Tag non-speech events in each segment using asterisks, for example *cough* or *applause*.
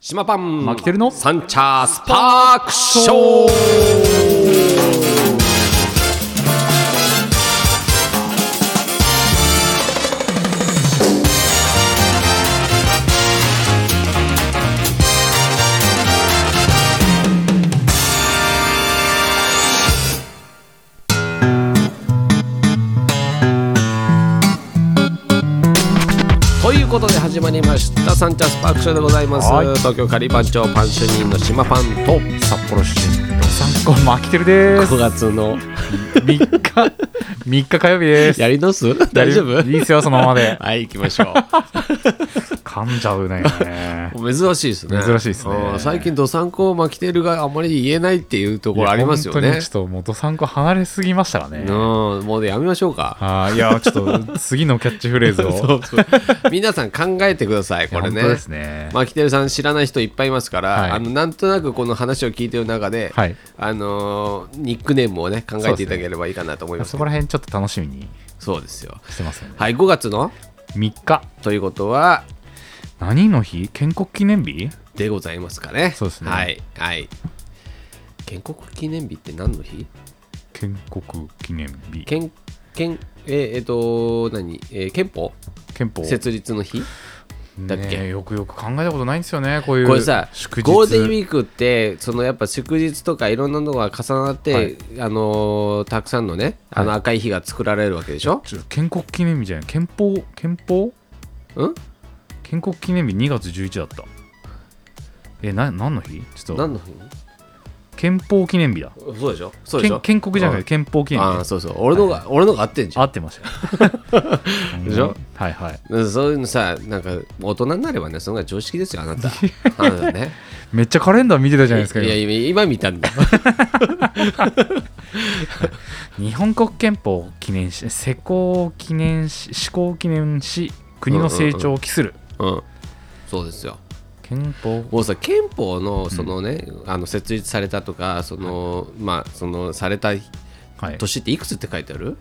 島パンマキテルのサンチャースパークショーということで始まりましたサンチャースパークショーでございます、はい東京カリバン町パン主任の島パンと札幌市参考マキテルです。 5月の三日、 *laughs* 三日火曜日です。やり直す大丈夫いいっすよ、そのままで。はい行きましょ噛んじゃうね。う珍しいですね珍しいですねうん最近どさんこマキテルがあんまり言えないっていう *laughs* ところありますよいや本当ねにちょっと、もうどさんこ離れすぎましたかね。うんもうやめましょうかあーいや、ちょっと、次のキャッチフレー *laughs* ズを。そう皆さん考えてくださいこれ本ね当ですね。マキテルさん知らない人いっぱいいますから、はいあのなんとなくこの話を聞いてる中で、はいあのーニックネームをね考えていただければいいかなと思いますそけこどら辺ちょっと楽しみにそうですよしてますよね。はい5月の三日、ということは何の日建国記念日でございますかねそうですねはいはい建国記念日って何の日建国記念日。憲憲えーえっと何、えー憲法憲法。設立の日だっけねえよくよく考えたことないんですよね、こういう。これさ祝日。ゴールデンウィークってそのやっぱ祝日とかいろんなのが重なって、はいあのーたくさんのねあの赤い日が作られるわけでしょ、ちょ建国記念日じゃない憲法憲法うん建国記念日2月11だったえな何の日ちょっ何との日憲法記念日だそうでしょそうでしょ建建国じゃなくて憲法記うん念あ日あそうそう俺のが、俺のが合ってんじゃ合ってました *laughs* でしょはいはいんうんそういうのさなんか大人になればねそのが常識ですよあな *laughs* たあなたねめっちゃカレンダー見てたじゃないですかいや今今今見たんだ日本国憲法記念し施行記念し施行記念し国の成長を期する、うんそうですよ憲法もうさ憲法のそのね、あの設立されたとかそのまあそのされたはい年っていくつって書いてある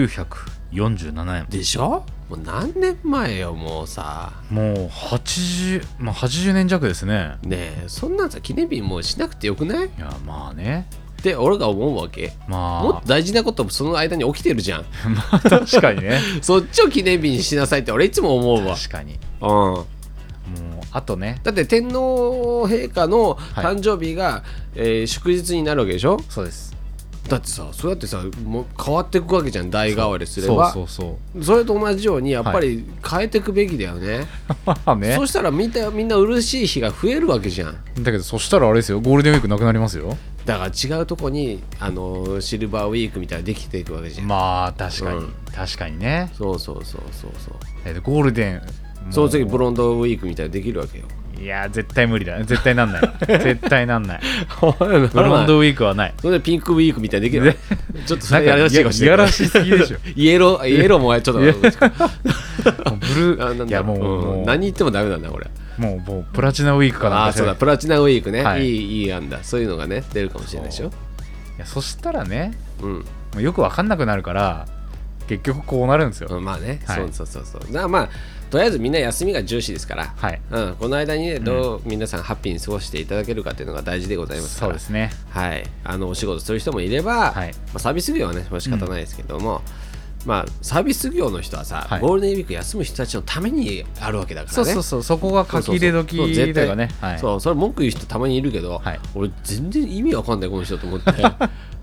1947年でしょもう何年前よもうさもう80、まあ、80年弱ですねねえそんなんさ記念日もうしなくてよくないっいやまあねて俺が思うわけまあもっと大事なこともその間に起きてるじゃんまあ *laughs* 確 *laughs* かにねそっちを記念日にしなさいって俺いつも思うわ、確かにうん、もうあとねだって天皇陛下のい誕生日が、えー祝日になるわけでしょそうですだってさそうやってさもう変わっていくわけじゃん代替わりすれそうばそうそうそれと同じようにやっぱり変えていくべきだよね、まあ *laughs* ねそしたらみんなみんな嬉しい日が増えるわけじゃんだけどそしたらあれですよゴールデンウィークなくなりますよだから違うとこにあのシルバーウィークみたいなのできていくわけじゃん、まあ確かに、うん確かにねそうそうそうそうそうえっとゴールデンその次もブロンドウィークみたいなのできるわ *laughs* けよういや絶対無理だ絶対なんない *laughs* 絶対なんないブブロンウィークドウィークはないそれでピンクウィークみたいなのできるわけちょっとそなんれやらしいかもいしいれやないらしすぎでしょ *laughs* イエローイエローもちょっともうブルあなんだーいやもう,、んもう何言ってもダメなんだこれもうもうプラチナウィークかなあんあかしそうらだプラチナウィークね、、はいいいいい案だそういうのがね出るかもしれないでしょいやそしたらねうん、もうよくわかんなくなるから結局こうなるんですよ、うん、まあね、はいそうそうそうそうだからまあとりあえずみんな休みが重視ですからはいうん、この間にねどう皆さんハッピーに過ごしていただけるかっていうのが大事でございますかそうらですねはい、あのお仕事する人もいれば、はいまあ、サービス業はね、まあ、仕方ないですけども、まあ、サービス業の人はさ、はいゴールデンウィーク休む人たちのためにあるわけだからね。そうそうそう、そこが書き入れ時そうそうそう絶と対かね。はい。そうそれ文句言う人たまにいるけど、はい俺全然意味わかんないこの人と思 *laughs* って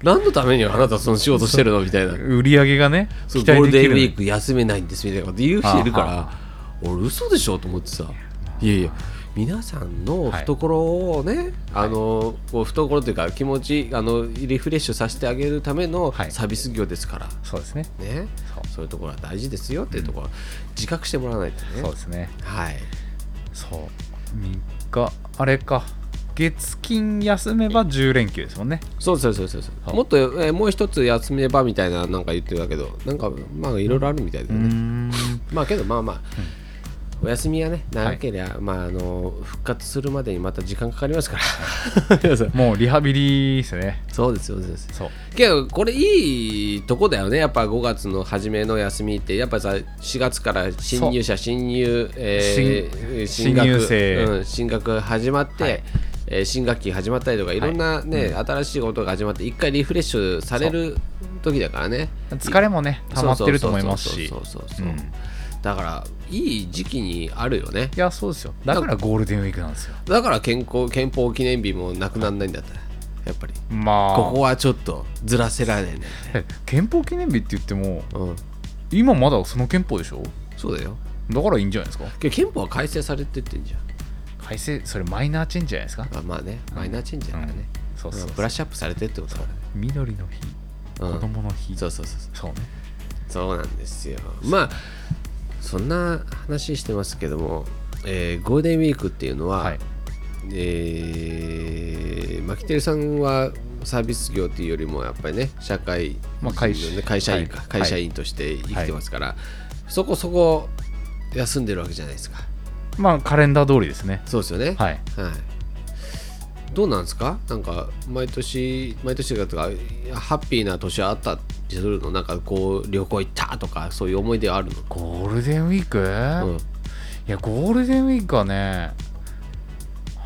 何のためにあなたその仕事してるのみたいな売り上げがね、そう期ゴール待でデきンウるのィーに。ク休めないんですみたいなこと言う人いるかああら俺嘘でしょと思ってさいやいや皆さんの懐をね、あのこう懐というか気持ちあのリフレッシュさせてあげるためのはいサービス業ですから、そうですね。ねそうそういうところは大事ですよっていうところは自覚してもらわないとそうねですね。はいそう。3日、あれか。月金休めば10連休ですもんね。そうそうそうそうそうはいもっと、えーもう一つ休めばみたいななんか言ってたけどなんかまあいろいろあるみたいだうよーね、ん。まあけどまあまあ、お休みがね長ければ、まああの復活するまでにまた時間かかりますから *laughs* 皆さんもうリハビリですねそうですそうですそうけどこれいいとこだよねやっぱ5月の初めの休みってやっぱさ4月から新入社新入、えー新新学新入生うん、新学始まって、はいえー新学期始まったりとかいろんなね、新しいことが始まって一回リフレッシュされる時だからね疲れもね溜まってると思いますしそうそうそうそうそううそうんだからいい時期にあるよねいやそうですよだからゴールデンウィークなんですよだから健康憲法記念日もなくならないんだったらやっぱりまあここはちょっとずらせられないね、え憲法記念日って言ってもうん、今まだその憲法でしょそうだよだからいいんじゃないですかけど憲法は改正されてってんじ改正それマイナーチェンジじゃないですかゃんあまあねマイナーチェンジだからね、うんそうそうそうブラッシュアップされてってことだからね緑の日うん子供の日、そうそうそうそうそうねそうなんですよまあそんな話してますけども、えーゴールデンウィークっていうのは、はいえー、マキテルさんはサービス業っていうよりもやっぱりね社会人まあ会社ね会社員か、はい会社員として生きてますから、そこそこ休んでるわけじゃないですかまあカレンダー通りですねそうですよねはいはい、どうなんですかなんか毎年毎年がとかハッピーな年あったりするのなんかこう旅行行ったとかそういう思い出あるゴールデンウィーク、の、うんい、やゴールデンウィークはね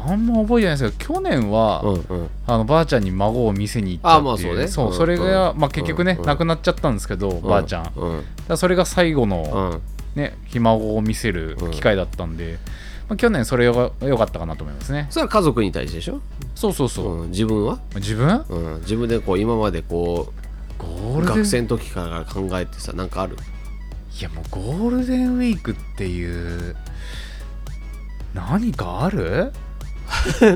あんま覚えてないですけど去年は、うんうんあのばあちゃんに孫を店に行ったっていあまあそうねそう、うんそれが、まあ、結局ね、うん亡くなっちゃったんですけど、ばあちゃんだかうんうんらそれが最後の、うんね、ひ孫を見せる機会だったんで、まあ、去年それが良かったかなと思いますねそれは家族に対してでしょ、そうそうそう、うん、自分は、自分うん、自分でこう今までこゴうールデン学生の時から考えてさなんかあ *laughs* るいやもうゴールデンウィークっていう何かある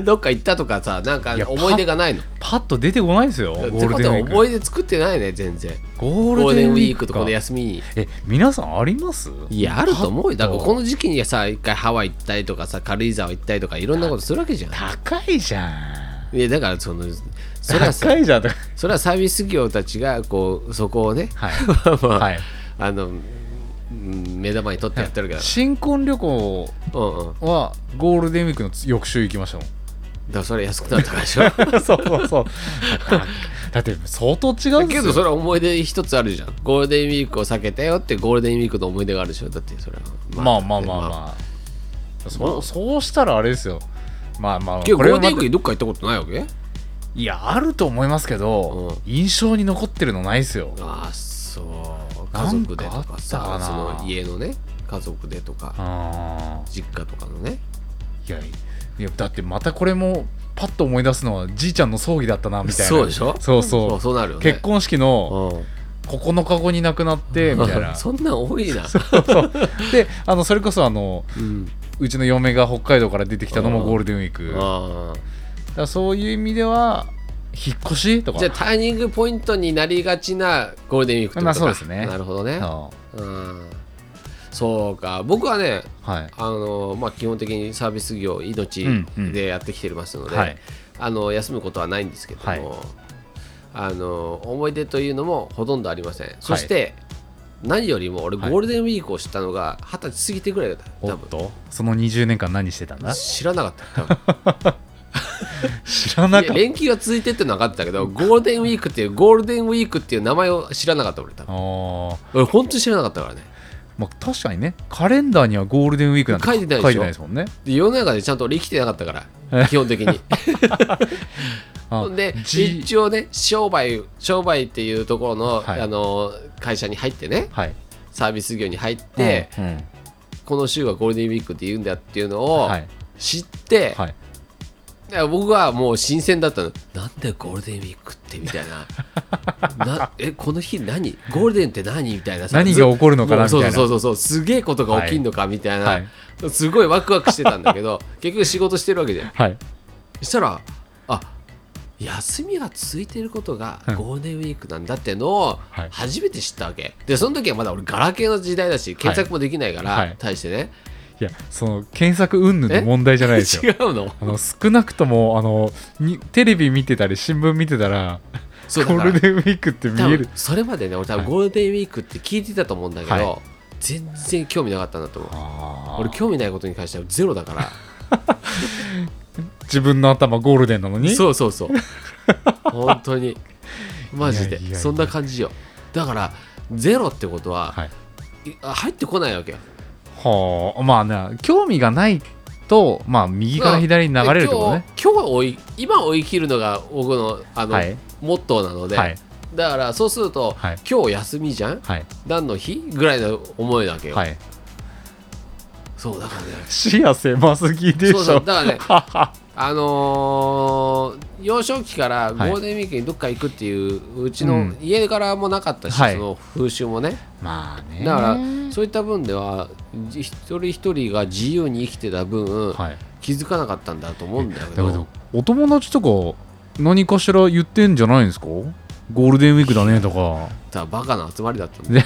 どっか行ったとかさなんかいや思い出がないのパッと出てこないですよゴってーこルとデンはウィー思クい出作ってないね全然ゴゴールデンウィークかとこの休みにえ皆さんありますいやあると思うよだからパッとこの時期にさ一回ハワイ行ったりとかさ軽井沢行ったりとかいろんなことするわけじゃん高いじゃんいやだからそのそれはさ高いじゃんとかそれはサービス業たちがこうそこをね、はい *laughs* まあはいあのうん目玉に取ってやってるけど、新婚旅行うんうんだかはゴールデンウィークの翌週行きま *laughs* したもんらそれ安くなったからでしょだそうそうそうだ *laughs* だって相当違うんですよけどそれは思い出一つあるじゃんゴールデンウィークを避けたよってゴールデンウィークの思い出があるでしょだってそれはまあまあまあまあ、まそうそうしたらあれですよまあまあけどゴこれーはルデまンウィーたクにどっか行ったことないわけいやあると思いますけど、印象に残ってるのないですよ、ああそう家族でとかさなんかあったかなその家のね家族でとかあ実家とかのねーいやいやだってまたこれもパッと思い出すのはじいちゃんの葬儀だったなみたいなそうでしょそうそうそうそうなるよね結婚式のうん9日後に亡くなってみたいな *laughs* そんなん多いなそうそうであのそれこそあのうんうちの嫁が北海道から出てきたのもゴールデンウィークだかあーらそういう意味では引っ越しとかじゃあターニングポイントになりがちなゴールデンウィークってことか、まあそうですねなるほどねあうんそうか僕はねーはいあのまあ、基本的にサービス業命うんうんでやってきてますので、はいあの休むことはないんですけども、はいあの思い出というのもほとんどありませんそして、何よりも俺ゴはいールデンウィークを知ったのが二十歳過ぎてぐらいだったお多っ分とその20年間何してたんだ知らなかった多分知ら *laughs* ないかやった連休が続いてってのは分かってたけどゴールデンウィークっていうゴールデンウィークっていう名前を知らなかった俺多あ分ー俺本当に知らなかったからねまあ確かにねカレンダーにはゴールデンウィークなんて書いてないでしょですもんねで世の中でちゃんと俺生きてなかったから *laughs* 基本的にあほんで G- 一応ね商売商売っていうところの,、はいあの会社に入ってねはいサービス業に入って、うんうんこの週はゴールデンウィークって言うんだっていうのをはい知って、はいいや僕はもう新鮮だったのなんでゴールデンウィークってみたい *laughs* ななえこの日何ゴールデンって何みたいなさ何が起こるのかなもうそうみたいなそうそうそうすげえことが起きんのかみたいな、はいすごいワクワクしてたんだけど *laughs* 結局仕事してるわけではいそしたらあ休みが続いてることがうんゴールデンウィークなんだってのをはい初めて知ったわけでその時はまだ俺ガラケーの時代だし検索もできないから、はい対してねいやその検索云々の問題じゃないですよ違うのあの少なくともあのにテレビ見てたり新聞見てたらそうだゴからールデンウィークって見多え分るそれまでね俺多分はいゴールデンウィークって聞いてたと思うんだけど、は全然興味なかったんだと思うあ俺俺興味ないことに関してはゼロだから自分の頭ゴールデンなの *laughs* にそうそう *laughs* そう本当にマジでいやいやいやそんな感じよだからゼロってことは、はいいあ入ってこないわけよはあまあね興味がないとまあ右から左に流れるってことね、今日今日追い今追い切るのが僕のあの、はいモットーなので、はいだからそうすると、はい今日休みじゃんはい何の日ぐらいの思いなわけよ、はいそうだからね視野狭すぎでしょそうそうだからねははあのー幼少期からゴールデンウィークにどっか行くっていう、うちうのん家からもなかったし、はいその風習もね *laughs* まあねだからそういった分ではじ一人一人が自由に生きてた分、はい気づかなかったんだと思うんだけだどけどお友達とか何かしら言ってんじゃないんですかゴールデンウィークだねとかだからバカな集まりだったんだね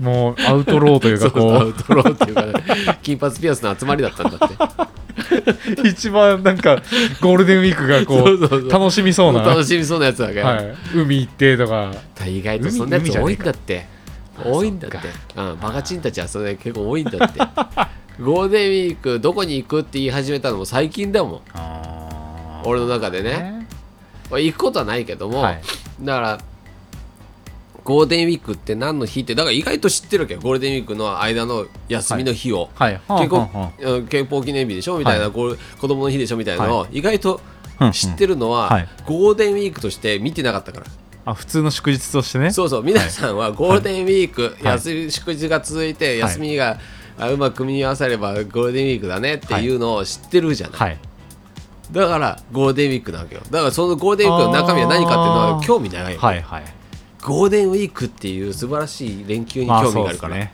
もうアウトローというそかう *laughs* アこウトローっていうか、ね、金髪ピアスの集まりだったん *laughs* だってう一番なんかゴールデンウィークが *laughs* こそうそうそうう楽しみそうな楽しみそうなやつだから、はい、海行ってとか意外とそんなやつ海海じゃ多ねいんえだってあ多いんだってそっ、うん、バカチンたちはそれ結構多いんだ *laughs* ってゴールデンウィークどこに行くって言い始めたのも最近だもん俺の中でね行くことはないけども、はいだからゴールデンウィークって何の日ってだから意外と知ってるわけよゴールデンウィークの間の休みの日を、はい健はあはあは康うん健康記念日でしょみたいな、はゴール子供の日でしょみたいなのを意外とあうん知ってるのは、はいゴールデンウィークとして見てなかったからあ普通の祝日としてねそうそう皆さんはゴールデンウィーク、い休み祝日が続いて休みが、あうまく組み合わさればゴールデンウィークだねっていうのを知ってるじゃない、はいだからゴールデンウィークなわけよだからそのゴールデンウィークの中身は何かっていうのは興味ないよ、はいはいゴールデンウィークっていう素晴らしい連休にま興あそ味がうあでるすから、ね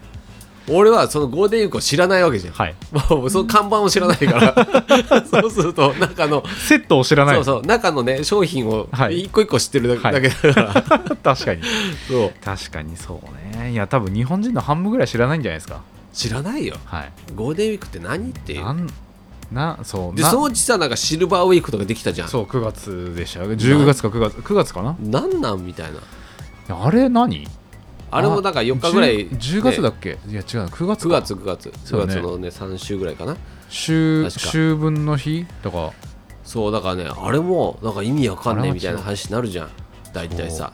俺はそのゴールデンウィークを知らないわけじゃん、はいもうその看板を知らないから *laughs* そうすると中のセットを知らないそうそう中のね商品をはい一個一個知ってるだけだから、 *laughs* *laughs* 確かにそう確かにそうねいや多分日本人の半分ぐらい知らないんじゃないですか知らないよはいゴールデンウィークって何っていうなんなそうでなそのうちさなんかシルバーウィークとかできたじゃんそう9月でした15月か9月9月かななんなんみたいなあれ何あれもなんか4日ぐらい、 10, 10月だねっけ、いや違う9月9か月9月そう9だね月のね3週ぐらいかな週確か週分の日とかそうだからねあれもなんか意味わかんねあれえはみたいな話になるじゃん大体さ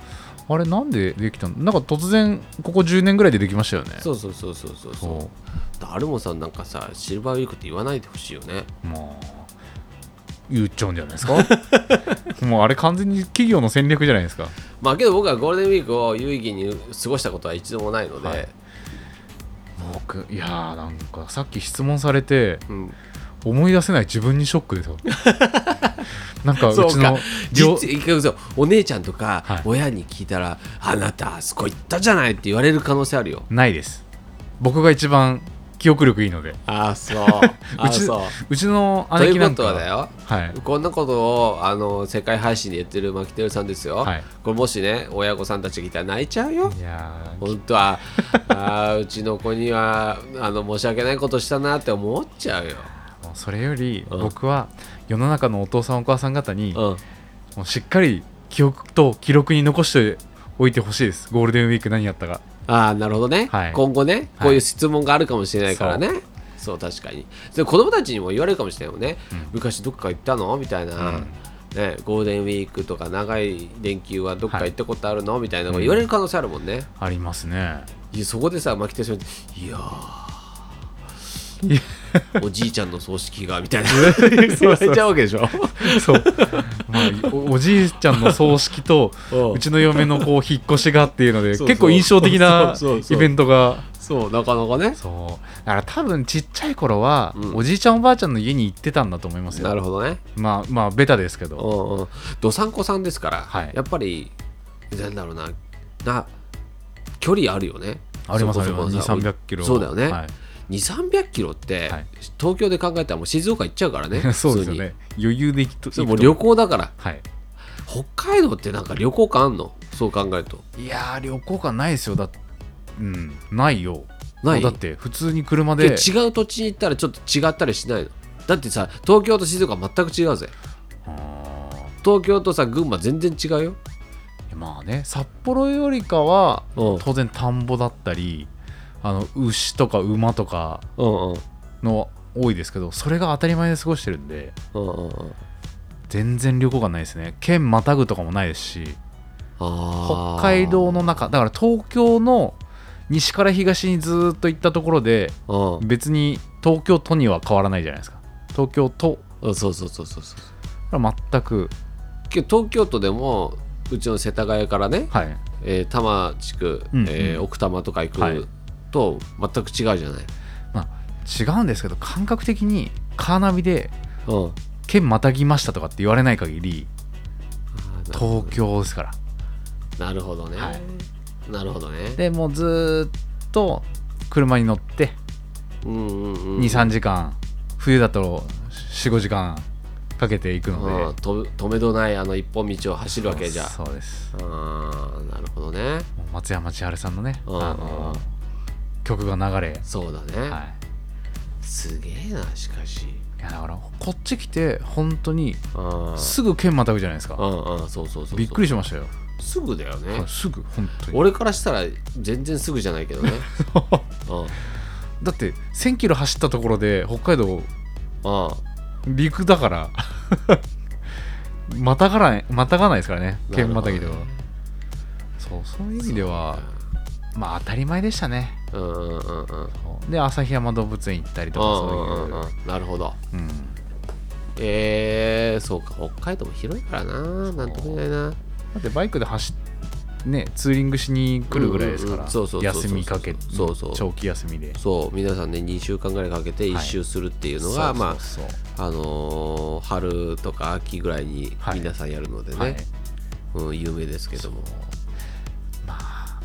あれなんでできたのなんか突然ここ10年ぐらいでできましたよねそうそうそうそうそうそうそあれもさなんかさシルバーウィークって言わないでほしいよねうもう言っちゃうんじゃな *laughs* いですかもうあれ完全に企業の戦略じゃないですかまあけど僕はゴールデンウィークを有意義に過ごしたことは一度もないので、はい僕いやーなんかさっき質問されてうん、思い出せない自分にショッ *laughs* クですよなんかうそうちかの実両一回そうお姉ちゃんとはいか親に聞いたら、あなたあそこ行ったじゃないって言われる可能性あるよないです僕が一番記憶力いいのでああ *laughs* そううあちそううちのと姉い貴うなこんかとはだよはいこんなことをあの世界配信で言ってるマキテルさんですよ、はいこれもしね親御さんたちがいたら泣いちゃうよいやー本当はあーうちの子にはあの申し訳ないことしたなって思っちゃうよ、もうそれよりうん僕は世の中のお父さんお母さん方にうん、もうしっかり記憶と記録に残しておいてほしいですゴールデンウィーク何やったかああなるほどね、はい今後ねこういう質問があるかもしれないからね、はそう確かにで子供たちにも言われるかもしれないもんね、うん昔どっか行ったのみたいな、うんね、ゴールデンウィークとか長い連休はどっか行ったことあるの、みたいなのが言われる可能性あるもんね、ありますねいやそこでさ牧田さんに「いやいやーおじいちゃんの葬式が」みたい *laughs* な言われちゃうわけでしょ *laughs* そう、まあ、おおじいちゃんの葬式とうんうちの嫁のこう引っ越しがっていうのでそうそう結構印象的なそうそうそイうベントがそうなかなかねそうだから多分ちっちゃい頃は、うんおじいちゃんおばあちゃんの家に行ってたんだと思いますよなるほどねまあまあベタですけうどんうんどさんこさんですから、はいやっぱりなんだろうなな距離あるよねありますありそこます2そこ3 0 0キロそうだよね、はい *laughs* 2 3 0 0キロって、はい東京で考えたらもう静岡行っちゃうからね *laughs* そうで普すよ通にね余裕で行くとそうもう旅行だからはい北海道ってなんか旅行感あんのそう考えるといやー旅行感ないですよだうんないよないだって普通に車でで違う土地に行ったらちょっと違ったりしないのだってさ東京と静岡全く違うぜあ東京とさ群馬全然違うよーまあね札幌よりかはうんうん当然田んぼだったりあの牛とか馬とかうんの多いですけどそれが当たり前で過ごしてるんでうんうんうん全然旅行がないですね県またぐとかもないですしあ北ー海道の中だから東京の西から東にずーっと行ったところでうん別に東京都には変わらないじゃないですか東京都うんそうそうそうそうそうは全くけど東京都でもうちの世田谷からね、はいえー多摩地区、うんうんえー奥多摩とか行く、はいと全く違うじゃない、違うんですけど感覚的にカーナビでうんあ県またぎましたとかって言われない限りーなるほ東京ですからどなるほどね、はいなるほどねでもうずーっと車に乗ってうんうんうん23時間冬だと45時間かけて行くあのーでと止めどないあの一本道を走るわけじゃあそうですあーなるほどねもう松山千春さんのねうんあの曲が流れそうだね、はすげえなしかしいいやだからこっち来て本当にあーすぐ県またぐじゃないですうかんうんそうそうそうそうびっくりしましたよすぐだよね、はいすぐ本当に俺からしたら全然すぐじゃないけどねうん *laughs* だって1000キロ走ったところで北海道あ陸だから *laughs* またがらないまたがないですからねあ県またぎでは、なるそうそういう意味でほはどねまあ当たり前でしたねうんうんうんうんで旭山動物園行ったりとかうんうんうんそういううんなるほどうんえー、そうか北海道も広いからななんとも言えないなだってバイクで走っねツーリングしに来るぐらいですかうんうんうらんそうそうそうそう休みかけそうそう長期休みでそう皆さんね2週間ぐらいかけて1周するっていうのが、まあそうそうあのー春とか秋ぐらいにはい皆さんやるのでね、はいうん、有名ですけどもまあ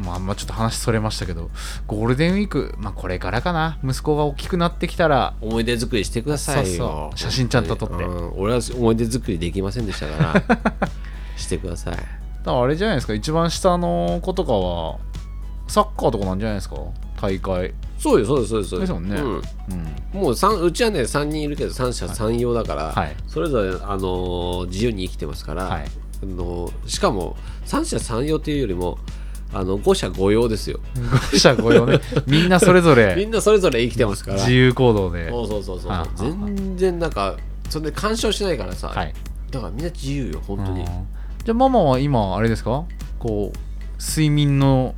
まあまあちょっと話それましたけどゴールデンウィークまあこれからかな息子が大きくなってきたら思い出作りしてくださいよそうそう写真ちゃんと撮ってうん俺は思い出作りできませんでしたから *laughs* してくださいだからあれじゃないですか一番下の子とかはサッカーとかなんじゃないですか大会そうよそうよそうよそうよですもんねうんうんもう三うちはね3人いるけど三者三様だから、はいそれぞれ、あのー自由に生きてますから、はいあのーしかも三者三様というよりもあの五者五様ですよ五社五様ねみんなそれぞ *laughs* みれんなそれぞれ生きてますから自由行動でそうそうそうそうああ全然なんかそれで干渉しないからさ、はいだからみんな自由よ本当にうんじゃあママは今あれですかこう睡眠の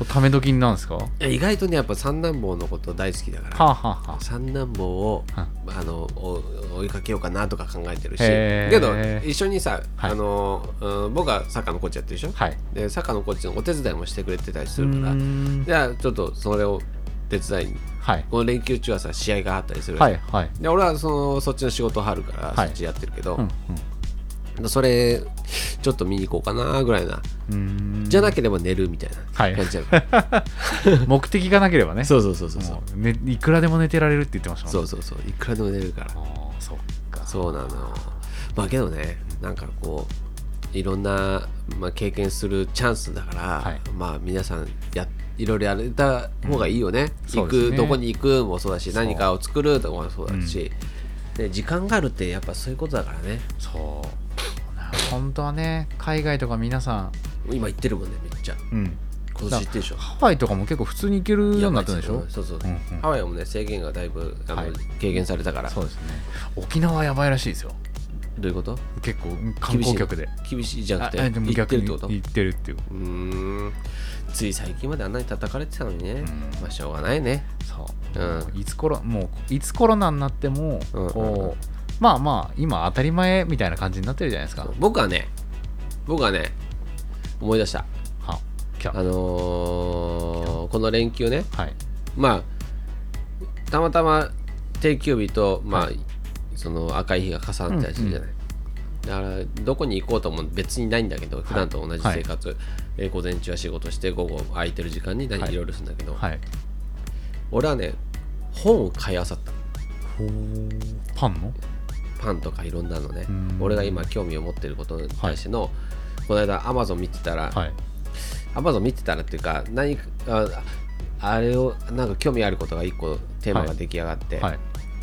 こうため時なんですかはあいや意外とねやっぱ三男坊のこと大好きだからはあはあ三男坊をはあのお追いかけようかなとか考えてるしへーけど一緒にさ、はいあのうん僕はサッカーのコーチやってるでしょはいでサッカーのコーチのお手伝いもしてくれてたりするからうーんじゃあちょっとそれを手伝いにはいこの連休中はさ試合があったりするでしょはいはいで俺はそのそっちの仕事はあるから、はいそっちやってるけど、うんそれちょっと見に行こうかなぐらいなうんうーんじゃなければ寝るみたいはいな感じだから、目的がなければ *laughs* ねそうそうそうそうそうもうねいくらでも寝てられるって言ってましたもんそねうそうそういくらでも寝るからああそっかそうなのよまあけどねなんかこういろんな、まあ、経験するチャンスだから、はいまあ皆さんやいろいろやれた方がいいよね,、そう行でくすねどこに行くもそうだしそう何かを作るとかもそうだし、で時間があるってやっぱそういうことだからねそうな本当はね海外とか皆さ今行ってるもんねめっちゃん、うん、今年行ってるでしょハワイとかも結構普通に行けるようになったんでしやばょいすよそうそう、うんうんハワイもね制限がだいぶあの、はい軽減されたからそうですね沖縄やばいらしいですよどういうこと結構観光客で厳しいじゃなくてああでも行って逆るっにてこと行ってるっていううーんつい最近まであんなに叩かれてたのにね、うんまあしょうがないねそう、ういつコロもういつコロナになってもこう、うんうんうんまあまあ今当たり前みたいな感じになってるじゃないですか僕はね僕はね思い出したはキあャのーこの連休ねはいまあたまたま定休日とまあ、その赤い日が重なったりするじゃない、だからどこに行こうとも別にないんだけど普段と同じ生活、えー午前中は仕事して午後空いてる時間に何はいいろいろするんだけど、はい俺はね本を買いあさったパンのパンとかいろんなのねうん俺が今興味を持ってることに対しての、この間アマゾン見てたら、はいアマゾン見てたらっていうか何かああれをなんか興味あることが一個テーマが出来上がって、はい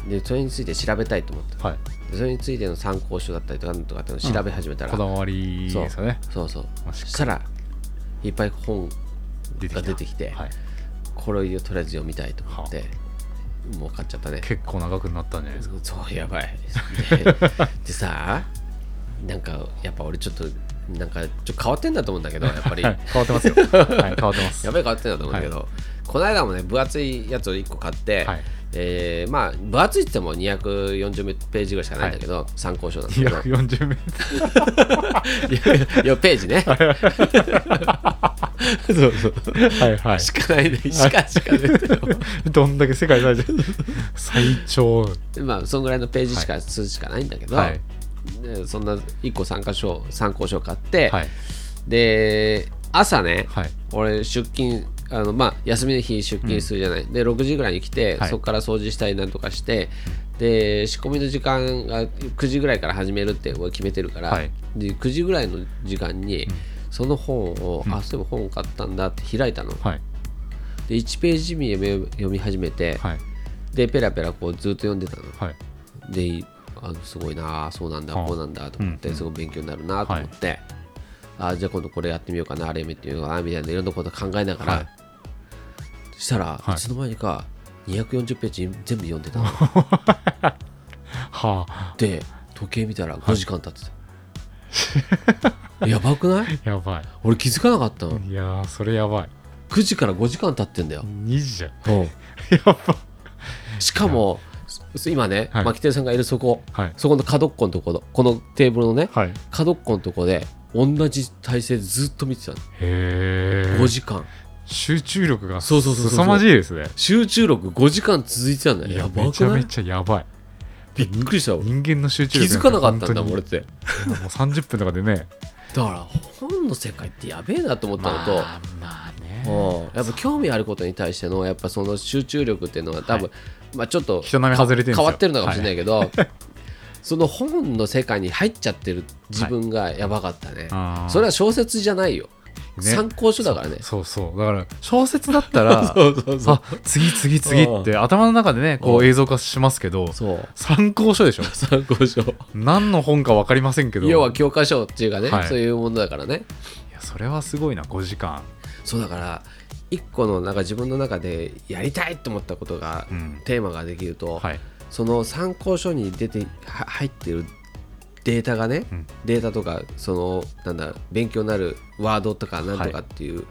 でそれについて調べたいと思ったはいでそれについての参考書だったりとかなんとかっていうのを調べ始めたら、こだわりですよねそうそうまあしっかそりしたらいっぱい本が出てきてはい、これをとりあえず読みたいと思ってもう買っちゃったね結構長くなったんじゃないですかそうやばいででさなんかやっぱ俺ちょっとなんかちょっと変わってんだと思うんだけどやっぱり、はい、変わって *laughs* ますよ、はい、変わってますやばい変わってんだと思うんだけど、この間もね分厚いやつを1個買って、はいえーまあ分厚いって言っても240ページぐらいしかないんだけど、参考書なんだけど240メート4ページね *laughs* そうそうルはい *laughs* はいしかないねしかしか出てる *laughs* どんだけ世界最長最長まあそのぐらいのページしか、数字しかないんだけど、はいでそんな1個参加書参考書買って、はいで朝ね、はい俺出勤あの、まあ、休みの日出勤するじゃない、で6時ぐらいに来て、はいそこから掃除したりなんとかしてで仕込みの時間が9時ぐらいから始めるって俺決めてるから、はいで9時ぐらいの時間に、その本を、あそういえば本買ったんだって開いたの、はいで1ページ目読み始めて、はいでペラペラこうずっと読んでたのはいであすごいなあそうなんだはあこうなんだと思って、すごい勉強になるなと思って、あじゃあ今度これやってみようかなあれやってみようかなみたいないろんなこと考えながら、はいそしたら、はいい、つの間にか240ページ全部読んでたのはあで時計見たら5時間経ってた、やばくないやば俺気づかなかったのいいやーそれやばい9時から5時間経ってんだよ、 2時じゃん *laughs* うんやばしかもす今ね、はいマキテルさんがいるそこはいそこの角っこのところこのテーブルのねはいへ角っこのとこで同じ体勢でずっと見てたのえ5時間集中力がそうそうそうそう凄まじいですね集中力5時間続いてたんだいよややばめくちゃなめいちゃやばいびっくりしたわ人間の集気中力づかなかったんだもん俺っ本て当にもう30分とかでねだから本の世界ってやべえなと思ったのと、まあまあねうんやっぱ興味あることに対してのやっぱその集中力っていうのが多分、まあちょっと人並み外れてるんですよ変わってるのかもしれないけど、その本の世界に入っちゃってる自分がやばかったね、あーそれは小説じゃないよ、ね参考書だからねそうそうだから小説だった *laughs* らそうそうそうあ次次次って頭の中でねこううん映像化しますけどそう参考書でしょ参考書何の本か分かりませんけど要は教科書っていうかね、はいそういうものだからねいやそれはすごいな5時間そうだから一個のなんか自分の中でやりたいと思ったことが、うんテーマができると、はいその参考書に出ては入ってるデータがね、うんデータとかそのなんだ勉強になるワードとかなんとかっていう、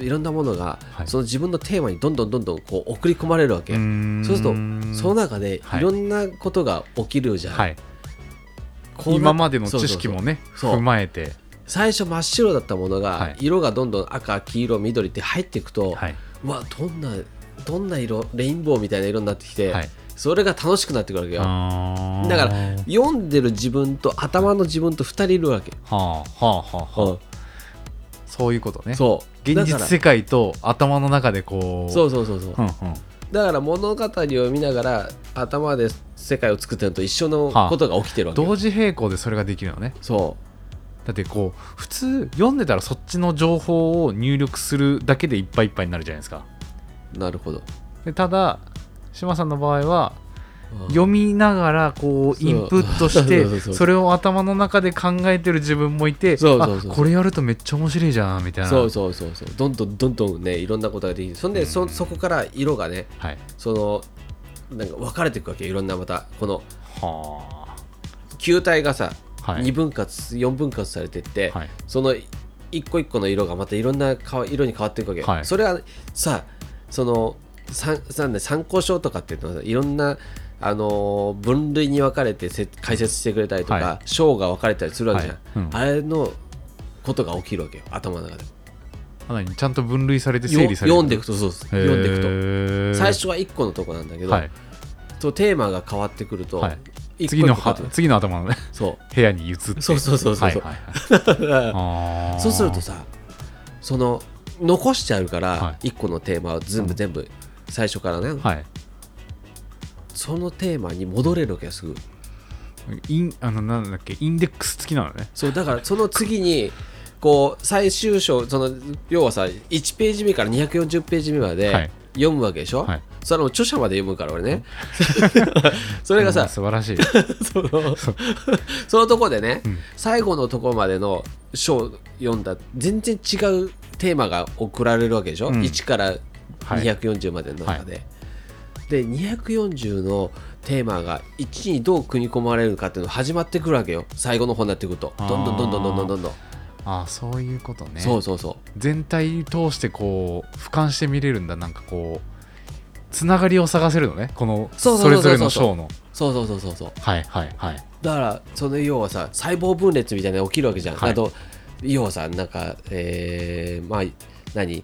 い、ろんなものが、はいその自分のテーマにどんどんどんどんこう送り込まれるわけ、うーんそうするとその中ではいいろんなことが起きるじゃん、はいこうな今までの知そうそ識うそうもねそう踏まえて最初真っ白だったものが、はい色がどんどん赤黄色緑って入っていくと、はい、うわどんなどんな色レインボーみたいな色になってきて、はい、それが楽しくなってくるわけよあーだからは読んでる自分と頭の自分と2人いるわけ、あはあはあはあそういうことねそう現実だから世界と頭の中でこう、そううそうそうそううんうん、だから物語を見ながら頭で世界を作ってるのと一緒のことが起きてるわけよ、同時並行でそれができるのねそだってこう普通読んでたらそっちの情報を入力するだけでいっぱいいっぱいになるじゃないですかうなるほど、でただ島さんの場合はうん読みながらこうそうインプットしてそうそうそうそれを頭の中で考えてる自分もいてそうそうそうあこれやるとめっちゃ面白いじゃんみたいなそうそうそうそうどんどんどんどんねいろんなことができてそんでそそこから色がねはいそのなんか分かれていくわけいろんなまたこのは球体がさ、あはい2分割4分割されてって、はいその一個一個の色がまたいろんな顔色に変わっていくわけ、はいそれはさそのさなんで参考書とかっていうのはいろんな、あのー分類に分かれてせ解説してくれたりとか、は章が分かれたりするわけじゃん、はいうあんれのことが起きるわけよ頭の中であ何ちゃんと分類されて整よ理される読んでいくとそうです読んでいくくと最初は一個のとこなんだけど、はいとテーマが変わってくると、はい一個一次個の変わはってくる次の頭のねそう部屋に移ってそうそうそうそうはいはい *laughs* はいあーそうするとさその残してあるから、は一個のテーマを全部全部最初からね、はいそのテーマに戻れるわけよすぐインあのなんだっけインデックス付きなのねそうだからその次にこう最終章その要はさ1ページ目から240ページ目まで、はい読むわけでしょ、はいそれはもう著者まで読むから俺ね *laughs* それが *laughs* うんさ素晴 *laughs* らしいそのそのとこでね、うん最後のとこまでの章を読んだ全然違うテーマが送られるわけでしょ、うん1からはい240までの中で、で240のテーマが1にどう組み込まれるかっていうのが始まってくるわけよ最後の方になってくるとどんどんどんどんどんどんどんどん、ああそういうことねそうそうそう全体通してこう俯瞰して見れるんだなんかこうつながりを探せるのねこのそうそそうれそうそうぞれの章のそうそうそうそうそうはいはいはいだからその要はさ細胞分裂みたいなのが起きるわけじゃん、はいあと要はさなんかえー、まあ何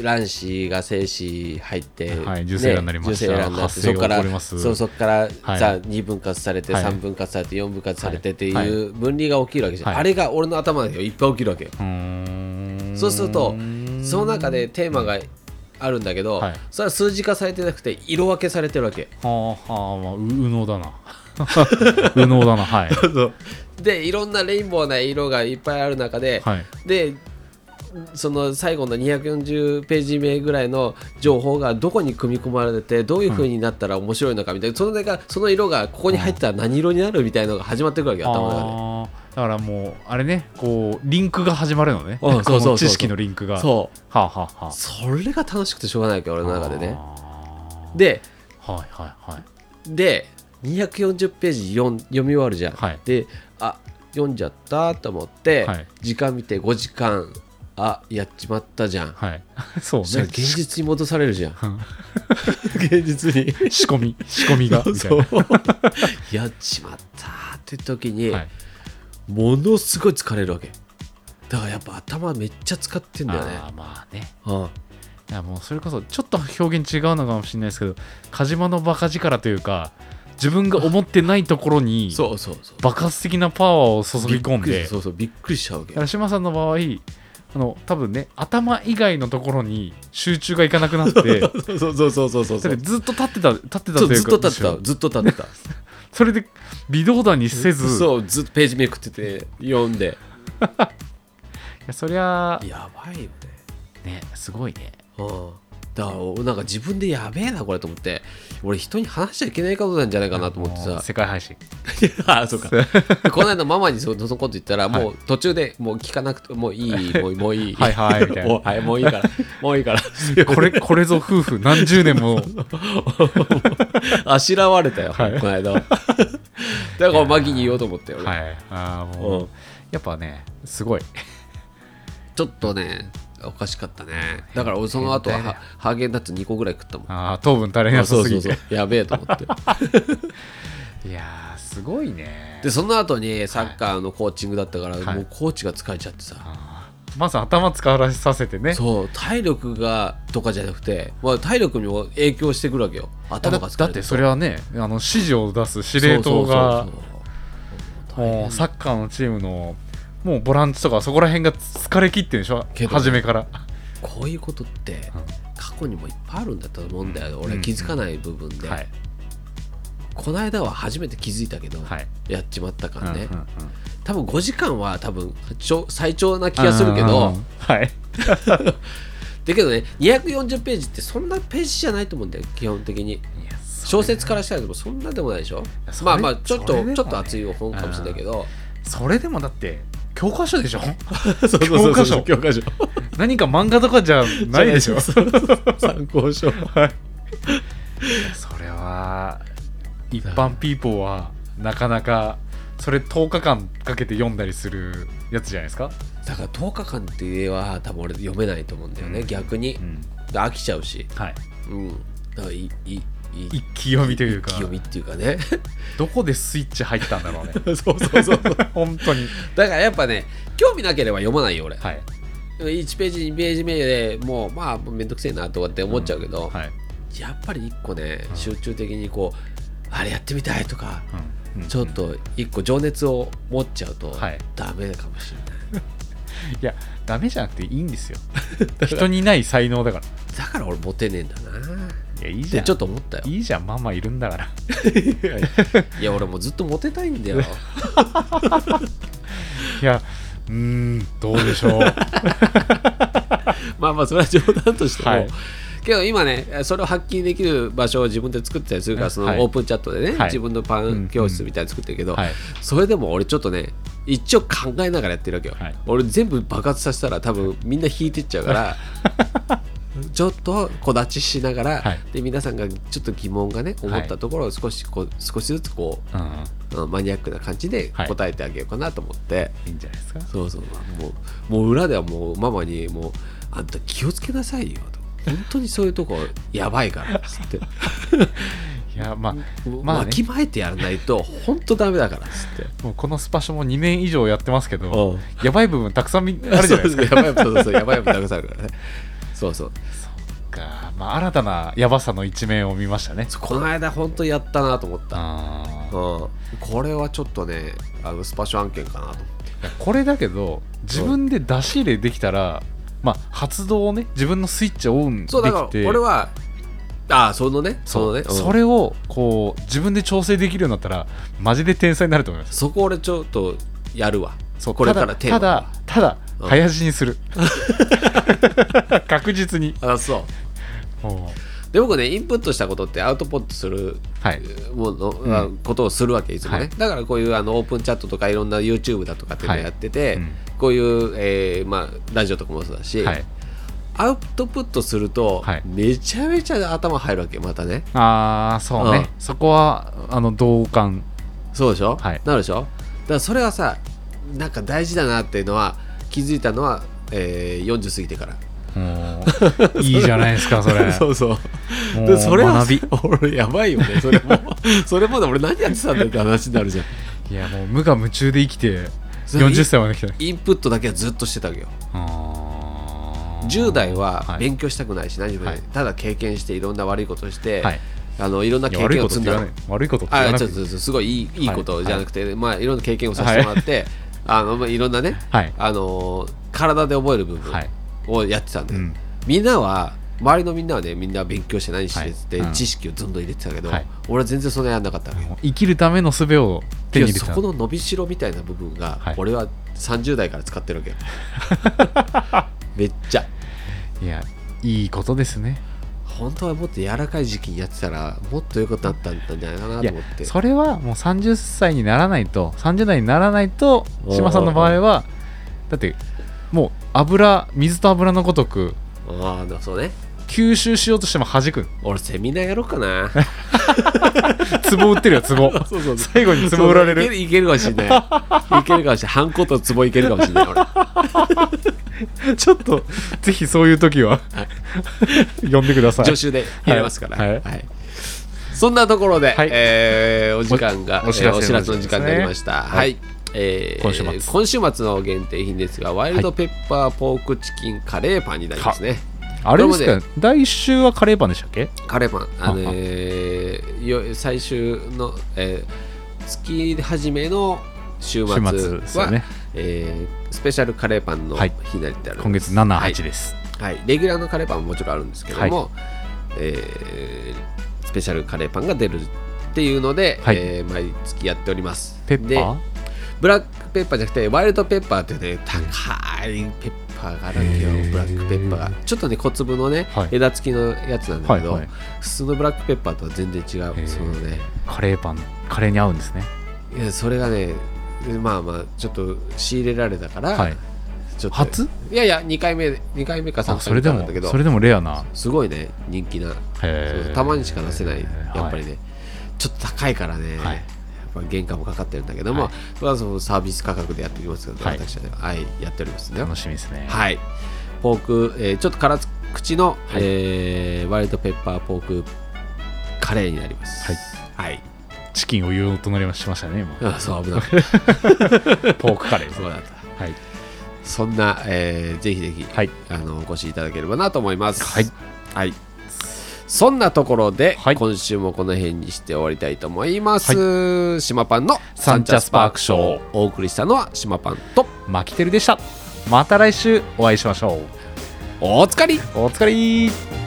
卵子が精子入って、はい受精卵になりました受精卵になって発そ生こかが起こりらますそうそこからはいさ、二2分割されてはい3分割されて4分割されてってはいいう分離が起きるわけじゃん、はいあれが俺の頭でよいっぱい起きるわけようーんそうするとその中でテーマがあるんだけど、はいそれは数字化されてなくて色分けされてる *laughs* わけはあはあまあう右脳だな *laughs* 右脳だなはいでいろんなレインボーな色がいっぱいある中で、はいでその最後の240ページ目ぐらいの情報がどこに組み込まれてどういう風になったら面白いのかみたいな、そのがその色がここに入ったら何色になるみたいなのが始まってくるわけよ頭の中で。あーだからもうあれねこうリンクが始まるのねうんそうそうそうそうこの知識のリンクがはそあ、はあはあうそれが楽しくてしょうがないわけよ俺の中でね。あーではいはいはいで240ページ読ん読み終わるじゃん。はいであ読んじゃったと思って、はい時間見て5時間あやっちまったじゃん。はい *laughs* そうそしたらね現実に戻されるじゃんうん。現実に。 *laughs* 仕込み仕込みがみたい *laughs* なそうやっちまったーって時に、はいものすごい疲れるわけだからやっぱ頭めっちゃ使ってんだよねあーまあねうんいやもうそれこそちょっと表現違うのかもしれないですけど鹿島のバカ力というか自分が思ってないところ *laughs* にそうそうそう爆発的なパワーを注ぎ込びっんくりでそうそうびっくりしちゃうわけ原島さんの場合あの多分ね頭以外のところに集中がいかなくなってだ *laughs* そうそうそうそうそうってずっと立ってた立ってたとそういずっうかと立ってたずっと立っ *laughs* てたそれで微動だにせずいそうずっとページめくってて読んでやそりゃやばいよねねすごいねうんだから俺なんか自分でやべえなこれと思って俺人に話しちゃいけないことなんじゃないかなと思ってもうさ世界配信 *laughs* ああ *laughs* そうかこの間ママにそそのこと言ったら、はいもう途中でもう聞かなくてもうい *laughs* いもうもういいはいはいみたいな *laughs* もうはいもういいからもういいから *laughs* これこれぞ夫婦何十年 *laughs* もあしらわれたよ、はいこの *laughs* 間だからマギに言おうと思ったよ、俺はいあーもう、うんやっぱねすごいちょっとねおかしかったねだから俺その後は変態だよハーゲンダッツ2個ぐらい食ったもんあー糖分足りなあそうさそすぎうてそうやべえと思っていやーすごいねでその後にサッカーのコーチングだったから、はいもうコーチが疲れちゃってさ、あーまず頭使わさせてねそう体力がとかじゃなくて、まあ、体力にも影響してくるわけよだ頭が疲れだってそれはねあの指示を出す司令塔がもうサッカーのチームのもうボランチとかそこら辺が疲れ切ってるでしょ、けどね初めからこういうことって過去にもいっぱいあるんだと思うんだよ、う俺ん気づかない部分で、はいこの間は初めて気づいたけど、はいやっちまったからね、うんうんうん多分5時間は多分ちょ最長な気がするけど、うんうんはいだけどね240ページってそんなページじゃないと思うんだよ基本的に小説からしたらでもそんなでもないでしょやそまれあまあちょっそれと、でもねちょっと熱い本かもしれないけどそれでもだって教科書でしょそう *laughs* そうそうそう教科書何か漫画とかじゃないでしょそうそうそう参考書それは一般ピーポーはなかなかそれ10日間かけて読んだりするやつじゃないですか、だから10日間っていう絵は多分俺読めないと思うんだよね、うん逆にん飽きちゃうしはい、うんだからいいいい一気読みというか読みっていうか *laughs* ねどこでスイッチ入ったんだろうねそうそう *laughs* そう *laughs* だか本当にらやっぱね興味なければ読まないよ俺、はい、 1ページ2ページ目でもうまあもうめんどくせえなとかって思っちゃうけど、はいやっぱり1個ね集中的にこうあれやってみたいとかうんうん、ちょっと1個情熱を持っちゃうとはいダメかもしれない、いやダメじゃなくていいん *laughs* ですよ人にない才能だからだから俺モテねえんだなっいやいいじてゃんちょっと思ったよいいじゃんママいるんだからいや俺もうずっとモテたいん *laughs* だよいやうー *laughs* んどうでしょうまあまあそれは冗談としても、はいけど今ねそれを発揮できる場所を自分で作ったりするからそはのいオープンチャットでね、はい自分のパン教室みたいに作ってるけど、はいそれでも俺ちょっとね一応考えながらやってるわけよ、はい俺全部爆発させたら多分みんな引いてっちゃうから *laughs* ちょっと小立ちしながら、はいで皆さんがちょっと疑問がね思ったところを少しこう少しずつこうんう、うんマニアックな感じではい答えてあげようかなと思って、いいんじゃないですかそうそうもうもう裏ではもうママにもう「あんた気をつけなさいよ」と「本当にそういうとこやばいから」つ *laughs* っていやまあ「まあわねきまえてやらないと本当ダメだから」つって。もうこのスパショも2年以上やってますけうどんやばい部分たくさんみあるじゃないですかそうそうやばいそうそうやばいも流されるからねそうそうか *laughs* まあ新たなやばさの一面を見ましたねこの間本当やったなと思った、あーうん、これはちょっとねあのスパショ案件かなと思っていやこれだけど自分で出し入れできたら、まあ、発動をね自分のスイッチをオンできそうだからて俺はああそのねそそうのねうんそれをこう自分で調整できるようになったらマジで天才になると思いますそこ俺ちょっとやるわそうこれからテーただたマだただうん早死に *laughs* する確実にあそうもで僕ねインプットしたことってアウトプットするうはいもの、あことをするわけいつもね、はいだからこういうあのオープンチャットとかいろんな YouTube だとかっていうのはいやってて、うんこういう、えーまあ、ラジオとかもそうだし、はい、アウトプットすると、はいめちゃめちゃ頭入るわけまたねああそうね、うんそこはあの同感そうでしょ、はいなるでしょだからそれはさなんか大事だなっていうのは気づいたのは、えー40過ぎてからもういいじゃないです *laughs* かそれう *laughs* そうもうでそれは学び *laughs* 俺やばいよねそれもそれまで俺何やってたんだよって話になるじゃんいやもう無我夢中で生きてそれ40歳まで来たねインプットだけはずっとしてたわけよあー10代ははい勉強したくないし何もない、はいただ経験していろんな悪いことをして、はいあのいろんないや経悪い験こをとっ積てんだ言わない悪いことって言わあなちょくっとちてょっとすごいいいいいことじゃなくて、いまあ、いろんな経験をさせてもらって、あのまあ、いろんなね、はいあのー体で覚える部分はいをやってたんで、うんみんなは周りのみんなはねみんな勉強して何してって、はいうん知識をどんどん入れてたけど、はい俺は全然そんなやんなかったわけよもう生きるための術を手に入れいてやたそこの伸びしろみたいな部分が、はい俺は30代から使ってる *laughs* わけよめっちゃいやいいことですね本当はもっと柔らかい時期にやってたらもっと良くなったんじゃないかないとや思ってそれはもう30歳にならないと30代にならないとおー島さんの場合はだってもう油水と油のごとくああでもそうね吸収しようとしても弾く俺セミナーやろうか *laughs* な壺売ってるよ壺 *laughs* そうそう最後に壺売られいるけいけるかもしれないいけるかもしれないハンコとツボいけるかもしれない俺ちょっとぜひそういう時は呼んでください助手で入れますから、ははいいそんなところで、はいえーお時間がおお知らせのえーお知らせの時間になりました、はいはいえー今週末今週末の限定品ですがワイルドペッパーポークチキンカレーパンになりますね、あれですどうか来週はカレーパンでしたっけカレーパンあのああえーよ最終の、えー月始めの週末は週末ですよねえースペシャルカレーパンのはい日になってある今月7、はい8です。はい、レギュラーのカレーパンももちろんあるんですけども、えースペシャルカレーパンが出るっていうので、はいえー毎月やっておりますペッパーでブラックペッパーじゃなくてワイルドペッパーってね高いペッパーがあるんだよへーブラックペッパーがちょっとね小粒のね、はい枝付きのやつなんだけど、はいはい普通のブラックペッパーとは全然違へうーそのねカレーパン、カレーに合うんですね。いやそれがねまあまあちょっと仕入れられたから、はい。ちょっと初いやいや2回目2回目か3あ、そ回目れでかなんもだけ、どそれでもレアな。すごいね人気なへーそうたまにしか出せない、やっぱりはね、ちょっと高いからね、はいやっぱ原価もかかってるんだけども、はいまあそのサービス価格でやっておりますけど、はい私はね、はい、やっておりますいね。楽しみですね。はい、ポーク、えーちょっと辛口の、はいえーワイルドペッパーポークカレーになります。はい、 *laughs* チキンを言おうとなりましましたね、今。あそう危ない *laughs* ポークカレそうー。だったはい。そんな、えーぜひぜひ、はいあのお越しいただければなと思います。はい、はいそんなところで、はい今週もこの辺にして終わりたいと思います。島パンのサンチャスパークショーをお送りしたのは島パンとマキテルでした。また来週お会いしましょう。おつかりお疲れー